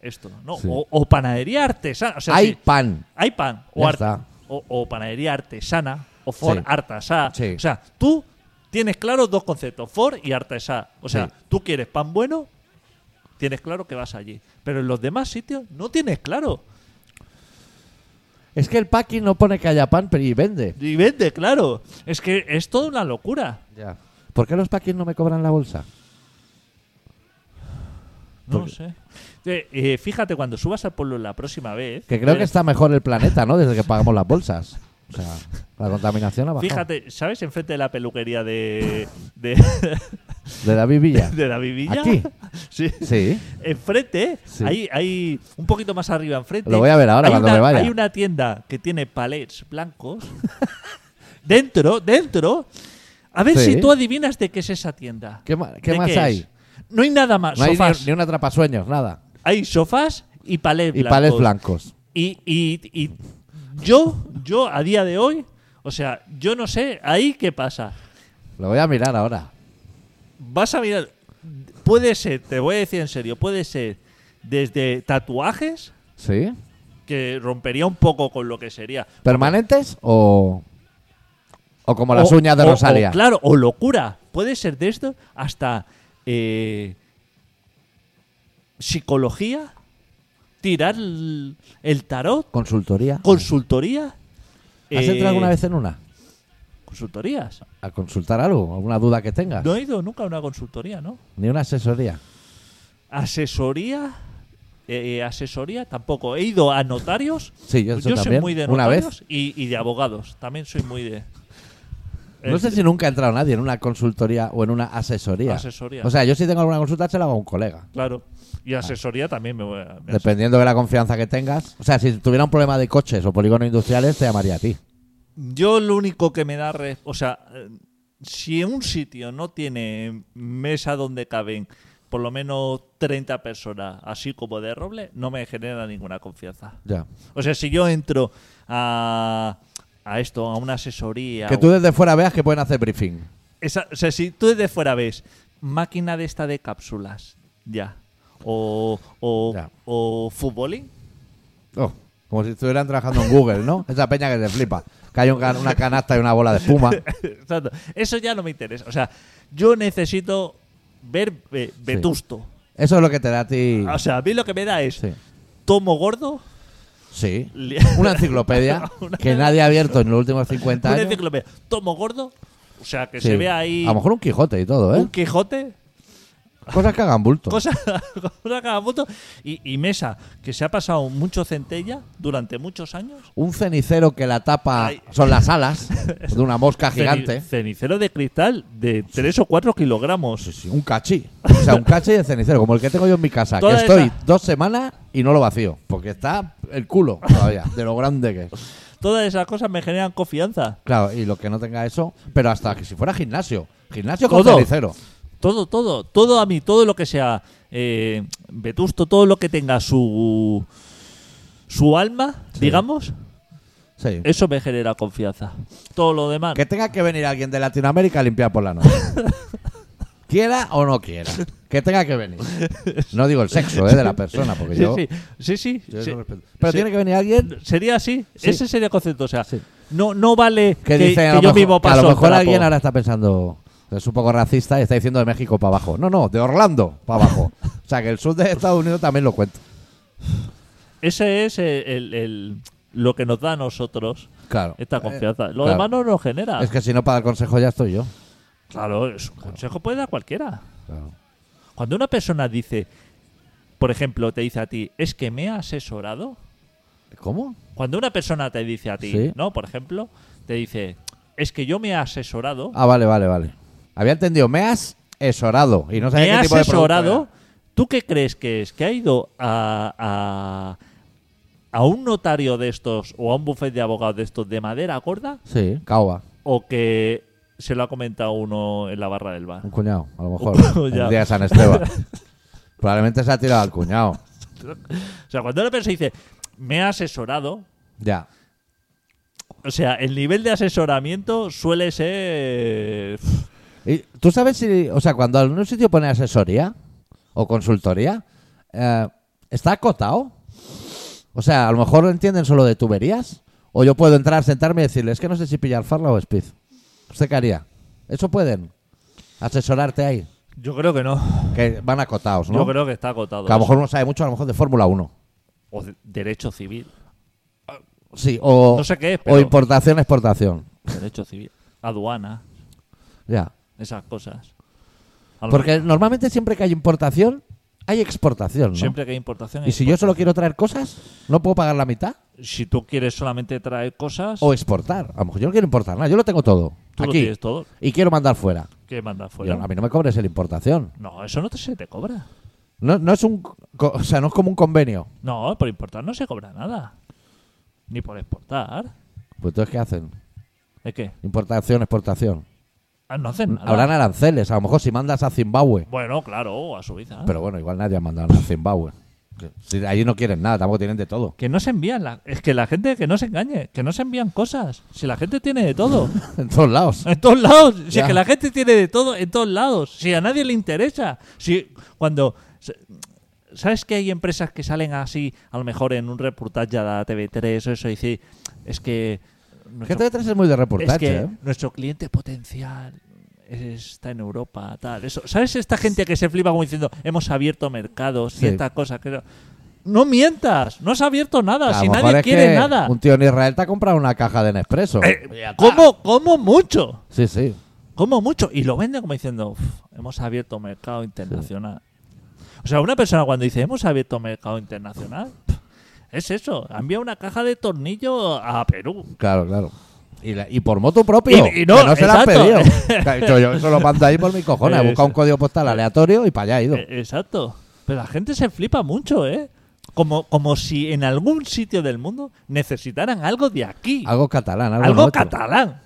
Speaker 3: esto. No.
Speaker 1: Sí.
Speaker 3: O, o panadería artesana. O sea,
Speaker 1: Hay
Speaker 3: sí,
Speaker 1: pan.
Speaker 3: hay pan. O,
Speaker 1: Ya
Speaker 3: ar-
Speaker 1: está.
Speaker 3: o, o panadería artesana. O for
Speaker 1: Sí.
Speaker 3: artesá.
Speaker 1: Sí.
Speaker 3: O sea, tú tienes claros dos conceptos, for y artesá. O sea,
Speaker 1: Sí.
Speaker 3: tú quieres pan bueno, tienes claro que vas allí. Pero en los demás sitios no tienes claro.
Speaker 1: Es que el paqui no pone que haya pan, pero y vende.
Speaker 3: Y vende, claro. Es que es toda una locura.
Speaker 1: Ya. ¿Por qué los paquis no me cobran la bolsa?
Speaker 3: No
Speaker 1: Porque-
Speaker 3: sé. Eh, eh, fíjate, cuando subas al pueblo la próxima vez.
Speaker 1: Que creo
Speaker 3: eh,
Speaker 1: que está mejor el planeta, ¿no? Desde que pagamos las bolsas. O sea, la contaminación ha bajado.
Speaker 3: Fíjate, ¿sabes? Enfrente de la peluquería de. de,
Speaker 1: De David Villa.
Speaker 3: de David Villa.
Speaker 1: ¿Aquí?
Speaker 3: Sí.
Speaker 1: Sí.
Speaker 3: Enfrente,
Speaker 1: Sí.
Speaker 3: ahí, ahí, un poquito más arriba, enfrente.
Speaker 1: Lo voy a ver ahora
Speaker 3: hay
Speaker 1: cuando
Speaker 3: una,
Speaker 1: me vaya.
Speaker 3: Hay una tienda que tiene palets blancos. dentro, dentro. A ver
Speaker 1: Sí.
Speaker 3: si tú adivinas de qué es esa tienda.
Speaker 1: ¿Qué, ma- qué
Speaker 3: ¿De
Speaker 1: más
Speaker 3: es?
Speaker 1: hay?
Speaker 3: No hay nada más.
Speaker 1: No hay
Speaker 3: sofás.
Speaker 1: ni, ni un atrapasueños, nada.
Speaker 3: Hay sofás y palets
Speaker 1: Y palés blancos.
Speaker 3: Y, y- y yo, yo a día de hoy, o sea, yo no sé ahí qué pasa.
Speaker 1: Lo voy a mirar ahora.
Speaker 3: Vas a mirar, puede ser, te voy a decir en serio, puede ser desde tatuajes,
Speaker 1: ¿Sí?
Speaker 3: que rompería un poco con lo que sería.
Speaker 1: ¿Permanentes o.? O como las
Speaker 3: O-
Speaker 1: uñas de
Speaker 3: o- o,
Speaker 1: Rosalia.
Speaker 3: claro, o locura. Puede ser de esto hasta eh, psicología, tirar el, el tarot,
Speaker 1: Consultoría.
Speaker 3: consultoría.
Speaker 1: ¿Has
Speaker 3: eh,
Speaker 1: entrado alguna vez en Ah. una?
Speaker 3: Consultorías.
Speaker 1: ¿A consultar algo? ¿Alguna duda que tengas?
Speaker 3: No he ido nunca a una consultoría, ¿no?
Speaker 1: Ni una asesoría.
Speaker 3: Asesoría. eh, asesoría tampoco. He ido a notarios. Pues
Speaker 1: Sí, yo eso
Speaker 3: soy
Speaker 1: también.
Speaker 3: muy de
Speaker 1: Una
Speaker 3: notarios
Speaker 1: vez.
Speaker 3: Y, y de abogados. También soy muy de. eh,
Speaker 1: No sé si nunca ha entrado nadie en una consultoría o en una asesoría.
Speaker 3: Asesoría.
Speaker 1: O sea, yo si tengo alguna consulta se la hago a un colega.
Speaker 3: Claro. Y
Speaker 1: Ah.
Speaker 3: asesoría también me voy a. me as-
Speaker 1: Dependiendo de la confianza que tengas. O sea, si tuviera un problema de coches o polígonos industriales, te llamaría a ti.
Speaker 3: Yo lo único que me da. re- o sea, eh, si en un sitio no tiene mesa donde caben por lo menos 30 personas, así como de roble, no me genera ninguna confianza.
Speaker 1: Ya.
Speaker 3: O sea, si yo entro a, a esto, a una asesoría.
Speaker 1: Que
Speaker 3: o-
Speaker 1: tú desde fuera veas que pueden hacer briefing.
Speaker 3: esa- o sea, si tú desde fuera ves máquina de esta de cápsulas, ya. O, o,
Speaker 1: Ya.
Speaker 3: o futbolín,
Speaker 1: Oh, como si estuvieran trabajando en Google, ¿no? Esa peña que se flipa. Que hay un can- una canasta y una bola de espuma.
Speaker 3: Exacto. Eso ya no me interesa. O sea, yo necesito ver eh, vetusto.
Speaker 1: Eso es lo que te da a ti.
Speaker 3: O sea, a mí lo que me da es
Speaker 1: Sí.
Speaker 3: tomo gordo,
Speaker 1: Sí.
Speaker 3: Li-
Speaker 1: Una enciclopedia que nadie ha abierto en los últimos 50
Speaker 3: una
Speaker 1: años.
Speaker 3: enciclopedia, tomo gordo, o sea, que
Speaker 1: ¿eh? Sí.
Speaker 3: se vea ahí
Speaker 1: A lo mejor un Quijote y todo, ¿eh?
Speaker 3: un Quijote,
Speaker 1: Cosas que hagan bulto.
Speaker 3: cosa, cosa cada punto, y, y mesa, que se ha pasado mucho centella durante muchos años.
Speaker 1: Un cenicero que la tapa
Speaker 3: Ay.
Speaker 1: son las alas de una mosca gigante.
Speaker 3: Ceni- cenicero de cristal de 3 o 4 kilogramos.
Speaker 1: Sí, un cachí. O sea, un cachí de cenicero, como el que tengo yo en mi casa. Que
Speaker 3: Toda
Speaker 1: estoy
Speaker 3: esa-
Speaker 1: dos semanas y no lo vacío. Porque está el culo todavía, de lo grande que es.
Speaker 3: Todas esas cosas me generan confianza.
Speaker 1: Claro, y lo que no tenga eso. Pero hasta que si fuera gimnasio. Gimnasio con
Speaker 3: Todo.
Speaker 1: cenicero.
Speaker 3: Todo, todo, todo a mí, todo lo que sea eh, vetusto, todo lo que tenga su su alma, digamos,
Speaker 1: Sí.
Speaker 3: eso me genera confianza. Todo lo demás.
Speaker 1: Que tenga que venir alguien de Latinoamérica a limpiar por la noche. quiera o no quiera. Que tenga que venir. No digo el sexo, ¿eh? De la persona, porque
Speaker 3: Sí,
Speaker 1: yo.
Speaker 3: sí, sí, sí,
Speaker 1: yo
Speaker 3: sí.
Speaker 1: eso respeto. Pero
Speaker 3: Sí.
Speaker 1: tiene que venir alguien
Speaker 3: Sería así,
Speaker 1: Sí.
Speaker 3: ese sería el concepto. O sea,
Speaker 1: Sí.
Speaker 3: no, no vale que,
Speaker 1: que dice. a
Speaker 3: que
Speaker 1: lo
Speaker 3: yo
Speaker 1: mejor-
Speaker 3: mismo
Speaker 1: que a
Speaker 3: paso.
Speaker 1: lo
Speaker 3: el
Speaker 1: mejor
Speaker 3: trapo.
Speaker 1: alguien ahora está pensando. Es un poco racista y está diciendo de México para abajo. No, no, de Orlando para abajo. O sea, que el sur de Estados Unidos también lo cuento.
Speaker 3: Ese es el- el- el- lo que nos da a nosotros
Speaker 1: Claro. Eh,
Speaker 3: esta confianza. Lo
Speaker 1: claro.
Speaker 3: demás no nos genera.
Speaker 1: Es que si no, para el consejo ya estoy yo.
Speaker 3: Claro, es un consejo puede dar cualquiera.
Speaker 1: Claro.
Speaker 3: Cuando una persona dice, por ejemplo, te dice a ti, es que me ha asesorado.
Speaker 1: ¿Cómo?
Speaker 3: Cuando una persona te dice a ti,
Speaker 1: Sí.
Speaker 3: ¿no? Por ejemplo, te dice, es que yo me he asesorado.
Speaker 1: Ah, vale, vale, vale. Había entendido, me has esorado. Y no sabía
Speaker 3: me
Speaker 1: qué
Speaker 3: ha
Speaker 1: este tipo de producto
Speaker 3: asesorado.
Speaker 1: era.
Speaker 3: ¿Tú qué crees que es? ¿Que ha ido a, a, a un notario de estos o a un bufete de abogados de estos de madera gorda?
Speaker 1: Sí, caoba.
Speaker 3: ¿O que se lo ha comentado uno en la barra del bar?
Speaker 1: Un cuñado, a lo mejor.
Speaker 3: Un cuñado.
Speaker 1: El día de San Esteban. Probablemente se ha tirado al cuñado.
Speaker 3: O sea, cuando una persona dice, me ha asesorado,
Speaker 1: Ya.
Speaker 3: O sea, el nivel de asesoramiento suele ser. pf,
Speaker 1: ¿Y ¿Tú sabes si, o sea, cuando en un sitio pone asesoría o consultoría, eh, está acotado? O sea, a lo mejor lo entienden solo de tuberías. O yo puedo entrar, sentarme y decirle, es que no sé si pillar farla o speed. ¿Usted qué haría? ¿Eso pueden? Asesorarte ahí.
Speaker 3: Yo creo que no.
Speaker 1: Que van acotados, ¿no?
Speaker 3: Yo creo que está agotado.
Speaker 1: Que a lo mejor no sabe mucho, a lo mejor de Fórmula 1.
Speaker 3: O de- derecho civil.
Speaker 1: Sí, o,
Speaker 3: No sé qué es,
Speaker 1: o
Speaker 3: pero.
Speaker 1: importación, exportación.
Speaker 3: Derecho civil. Aduana.
Speaker 1: Ya.
Speaker 3: Esas cosas. A lo
Speaker 1: Porque normalmente siempre que hay importación, hay exportación. ¿no?
Speaker 3: mejor siempre que hay importación. hay
Speaker 1: Y si yo solo quiero traer cosas, ¿no puedo pagar la mitad?
Speaker 3: importación. Si tú quieres solamente traer cosas.
Speaker 1: O exportar. A lo mejor yo no quiero importar nada, yo lo tengo todo.
Speaker 3: tú lo
Speaker 1: aquí.
Speaker 3: tienes todo. Pues
Speaker 1: Y quiero mandar fuera.
Speaker 3: Que mandar
Speaker 1: Y
Speaker 3: fuera.
Speaker 1: a mí no me cobres la importación.
Speaker 3: No, eso no te- se te cobra.
Speaker 1: No, no es un. co- O sea, no es como un convenio.
Speaker 3: No, por importar no se cobra nada. Ni por exportar.
Speaker 1: Pues entonces, ¿qué hacen?
Speaker 3: ¿Es qué?
Speaker 1: Importación, exportación.
Speaker 3: Ah, No hacen nada.
Speaker 1: Habrán aranceles. A lo mejor si mandas a Zimbabue.
Speaker 3: Bueno, claro, o a Suiza.
Speaker 1: Pero bueno, igual nadie ha mandado nada a Zimbabue. Si allí no quieren nada, tampoco tienen de todo.
Speaker 3: Que no se envían, la- es que la gente que no se engañe, que no se envían cosas. Si la gente tiene de todo,
Speaker 1: En todos lados.
Speaker 3: en todos lados, si
Speaker 1: Ya.
Speaker 3: es que la gente tiene de todo, en todos lados, si a nadie le interesa, si cuando. se- ¿Sabes que hay empresas que salen así, a lo mejor en un reportaje de la TV3 o eso, y dice, es que. nuestro-
Speaker 1: GT3 es muy de
Speaker 3: es
Speaker 1: reportaje,
Speaker 3: que
Speaker 1: ¿eh?
Speaker 3: nuestro cliente potencial está en Europa, tal. Eso. ¿Sabes esta gente que se flipa como diciendo hemos abierto mercados
Speaker 1: Sí.
Speaker 3: y estas cosas? Que no, no mientas, no has abierto nada,
Speaker 1: A lo
Speaker 3: si
Speaker 1: mejor
Speaker 3: nadie
Speaker 1: es
Speaker 3: quiere
Speaker 1: que
Speaker 3: nada.
Speaker 1: Un tío en Israel te ha comprado una caja de Nespresso.
Speaker 3: Eh, como, como mucho,
Speaker 1: Sí, sí.
Speaker 3: como mucho. Y lo venden como diciendo "Uf, hemos abierto mercado internacional. O sea, una persona cuando dice hemos abierto mercado internacional, es eso, ha enviado una caja de tornillo a Perú.
Speaker 1: Claro, claro. Y, la- y por moto propio.
Speaker 3: Y- y no,
Speaker 1: que no se la han
Speaker 3: exacto.
Speaker 1: pedido. Que ha dicho, yo eso lo mando ahí por mis cojones. He buscado un
Speaker 3: Eso.
Speaker 1: código postal aleatorio y para allá he ido.
Speaker 3: Eh, Exacto. Pero la gente se flipa mucho, ¿eh? Como, como si en algún sitio del mundo necesitaran algo de aquí. Algo,
Speaker 1: Algo catalán, algo, nuestro.
Speaker 3: catalán.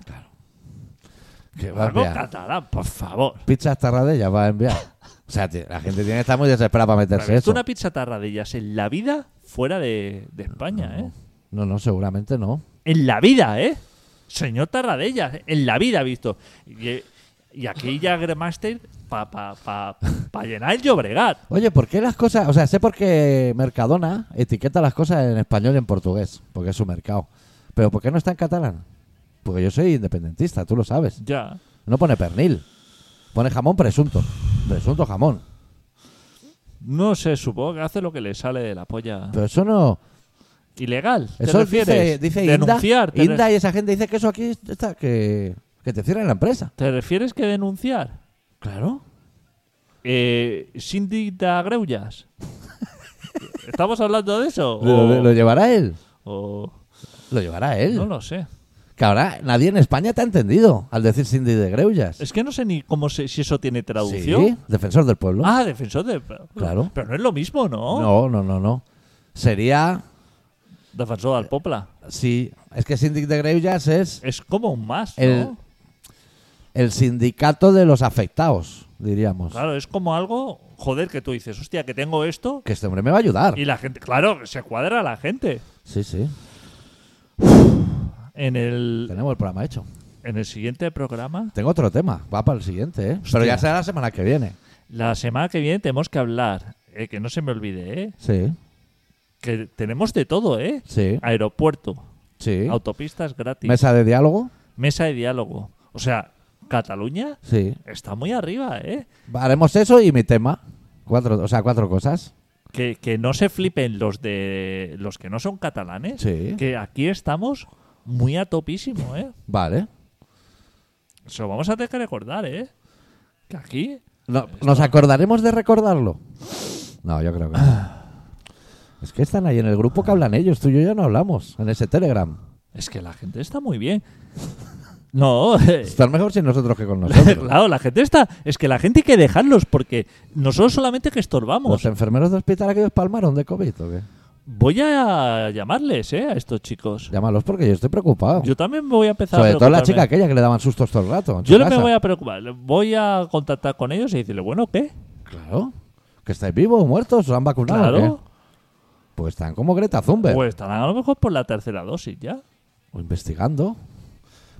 Speaker 1: Que va a
Speaker 3: Algo
Speaker 1: enviar.
Speaker 3: catalán, por favor.
Speaker 1: Pizza Tarradella va a enviar. O sea, ti- la gente tiene que estar muy desesperada para
Speaker 3: Habrá
Speaker 1: meterse eso.
Speaker 3: visto una pizza tarradellas en la vida fuera de, de España, ¿eh?
Speaker 1: No, no, seguramente no.
Speaker 3: En la vida, ¿eh? Señor Tarradellas, en la vida visto. Y, y aquí ya Grandmaster para pa, pa- pa llenar el Llobregat.
Speaker 1: Oye, ¿por qué las cosas.? O sea, sé por qué Mercadona etiqueta las cosas en español y en portugués, porque es su mercado. Pero ¿por qué no está en catalán? Porque yo soy independentista, tú lo sabes.
Speaker 3: Ya.
Speaker 1: No pone pernil. Pone jamón presunto. Presunto jamón.
Speaker 3: No sé, supongo que hace lo que le sale de la polla.
Speaker 1: Pero eso no.
Speaker 3: ¿Ilegal? ¿Te
Speaker 1: Eso dice,
Speaker 3: refieres?
Speaker 1: dice
Speaker 3: ¿Denunciar?
Speaker 1: Inda.
Speaker 3: ¿Te, re-
Speaker 1: Inda y esa gente dice que eso aquí está. Que, que te cierran la empresa.
Speaker 3: te refieres que denunciar?
Speaker 1: Claro.
Speaker 3: Eh, Cindy da Greujas. ¿Estamos hablando de eso?
Speaker 1: Lo,
Speaker 3: O-
Speaker 1: lo llevará él.
Speaker 3: o-
Speaker 1: Lo llevará él.
Speaker 3: No lo sé.
Speaker 1: Que ahora nadie en España te ha entendido al decir Cindy de Greullas.
Speaker 3: Es que no sé ni cómo se- si eso tiene traducción.
Speaker 1: Sí, defensor del pueblo.
Speaker 3: Ah, defensor de.
Speaker 1: Claro.
Speaker 3: Pero no es lo mismo, ¿no?
Speaker 1: No, no, no, no. Sería.
Speaker 3: Defensor del Popla.
Speaker 1: Sí, es que Síndic de Greullas es
Speaker 3: Es como un más, ¿no?
Speaker 1: El- el sindicato de los afectados, diríamos.
Speaker 3: Claro, es como algo. Joder, que tú dices, hostia, que tengo esto.
Speaker 1: Que este hombre me va a ayudar.
Speaker 3: Y la gente. Claro, se cuadra la gente.
Speaker 1: Sí, sí.
Speaker 3: En el,
Speaker 1: Tenemos el programa hecho.
Speaker 3: en el siguiente programa,
Speaker 1: Tengo otro tema. Va para el siguiente, ¿eh? Pero ya
Speaker 3: Hostia.
Speaker 1: será la semana que viene.
Speaker 3: la semana que viene, tenemos que hablar. eh, que no se me olvide, ¿eh?
Speaker 1: Sí,
Speaker 3: Que tenemos de todo, ¿eh?
Speaker 1: sí,
Speaker 3: Aeropuerto,
Speaker 1: sí.
Speaker 3: autopistas gratis,
Speaker 1: Mesa de diálogo.
Speaker 3: mesa de diálogo. O sea, Cataluña
Speaker 1: Sí.
Speaker 3: está muy arriba, ¿eh?
Speaker 1: Haremos eso y mi tema. Cuatro, o sea, cuatro cosas.
Speaker 3: Que, que no se flipen los de los que no son catalanes,
Speaker 1: Sí.
Speaker 3: que aquí estamos muy a topísimo, ¿eh?
Speaker 1: Vale.
Speaker 3: Se lo vamos a tener que recordar, ¿eh? Que aquí
Speaker 1: No, ¿Nos acordaremos de recordarlo? No, yo creo que
Speaker 3: Ah.
Speaker 1: no. Es que están ahí en el grupo que hablan ellos. Tú y yo ya no hablamos. En ese Telegram.
Speaker 3: es que la gente está muy bien. No, eh,
Speaker 1: Están mejor sin nosotros que con nosotros.
Speaker 3: claro, la gente está. Es que la gente hay que dejarlos porque nosotros solamente que estorbamos.
Speaker 1: ¿Los enfermeros de hospital aquellos palmaron de COVID o qué?
Speaker 3: Voy a llamarles, ¿eh? A estos chicos.
Speaker 1: Llámalos porque yo estoy preocupado.
Speaker 3: Yo también me voy a empezar
Speaker 1: Sobre
Speaker 3: a
Speaker 1: todo la
Speaker 3: preocuparme.
Speaker 1: chica aquella que le daban sustos todo el rato. en su
Speaker 3: Yo no me
Speaker 1: casa.
Speaker 3: voy a preocupar. Voy a contactar con ellos y decirle, bueno, ¿qué?
Speaker 1: Claro. ¿Que estáis vivos o muertos? ¿Os han vacunado? o
Speaker 3: Claro.
Speaker 1: qué? Pues están como Greta Thunberg.
Speaker 3: Pues estarán a lo mejor por la tercera dosis ya.
Speaker 1: O investigando.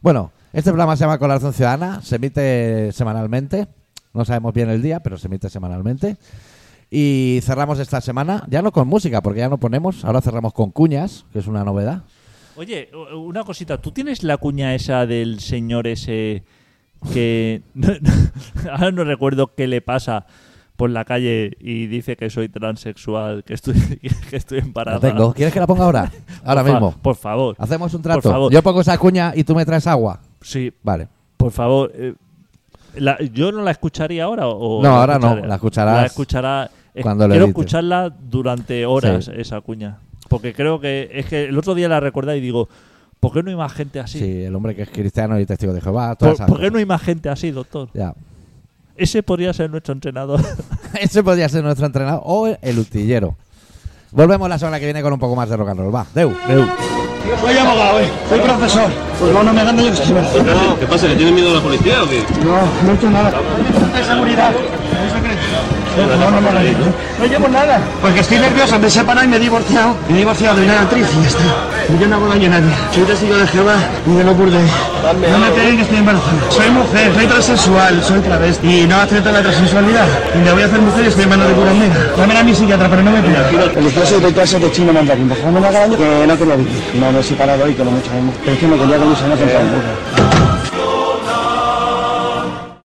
Speaker 1: Bueno, este programa se llama Colaboración Ciudadana, se emite semanalmente, no sabemos bien el día, pero se emite semanalmente. Y cerramos esta semana, ya no con música, porque ya no ponemos, ahora cerramos con cuñas, que es una novedad.
Speaker 3: Oye, u- una cosita. ¿Tú tienes la cuña esa del señor ese que... Ahora no recuerdo qué le pasa por la calle y dice que soy transexual, que estoy, que estoy
Speaker 1: La
Speaker 3: embarazada.
Speaker 1: tengo. ¿Quieres que la ponga ahora? Ahora
Speaker 3: Por fa-
Speaker 1: mismo. Ah.
Speaker 3: Por favor.
Speaker 1: Hacemos un trato.
Speaker 3: Por favor.
Speaker 1: Yo pongo esa cuña y tú me traes agua.
Speaker 3: Sí,
Speaker 1: Vale.
Speaker 3: por favor. eh, la- ¿Yo no la escucharía ahora? O
Speaker 1: No, ahora no, la escucharás
Speaker 3: La escuchará... eh,
Speaker 1: cuando lo
Speaker 3: quiero
Speaker 1: edite.
Speaker 3: escucharla durante horas,
Speaker 1: Sí.
Speaker 3: esa cuña. Porque creo que... Es que el otro día la recordé y digo... ¿Por qué no hay más gente
Speaker 1: Sí.
Speaker 3: así?
Speaker 1: el hombre que es cristiano y testigo de Jehová, todas
Speaker 3: ¿Por,
Speaker 1: esas
Speaker 3: por qué
Speaker 1: cosas.
Speaker 3: no hay más gente así, doctor?
Speaker 1: Ya.
Speaker 3: Ese podría ser nuestro entrenador.
Speaker 1: Ese podría ser nuestro entrenador o el utillero. Volvemos la semana que viene con un poco más de rock and roll. Va, Deu.
Speaker 4: Soy abogado, ¿eh? soy profesor. Pues no, no me hagan daño que estoy mal.
Speaker 5: ¿Qué pasa? ¿Le tiene miedo a la policía o qué?
Speaker 4: No, no he hecho nada. de seguridad? ¿Eso crees? No, no, no, no, no. No llevo nada. Porque estoy nerviosa, me separan y me he divorciado. Me he divorciado de una actriz y ya está. Y yo no hago daño a nadie. Soy testigo de Jehová y de lo burde. No me creen que estoy embarazada. Soy mujer, soy transexual, soy travesti. Y no acepto la transexualidad. Y me voy a hacer mujer y estoy en manos de curandera. Dame a mi psiquiatra, pero no me pida. En los casos de clases de chino mandarín. Por favor, no me haga daño que no quería vivir. No me he separado y que lo mucho amo. Pero es que me quería con Luciana Fontaine.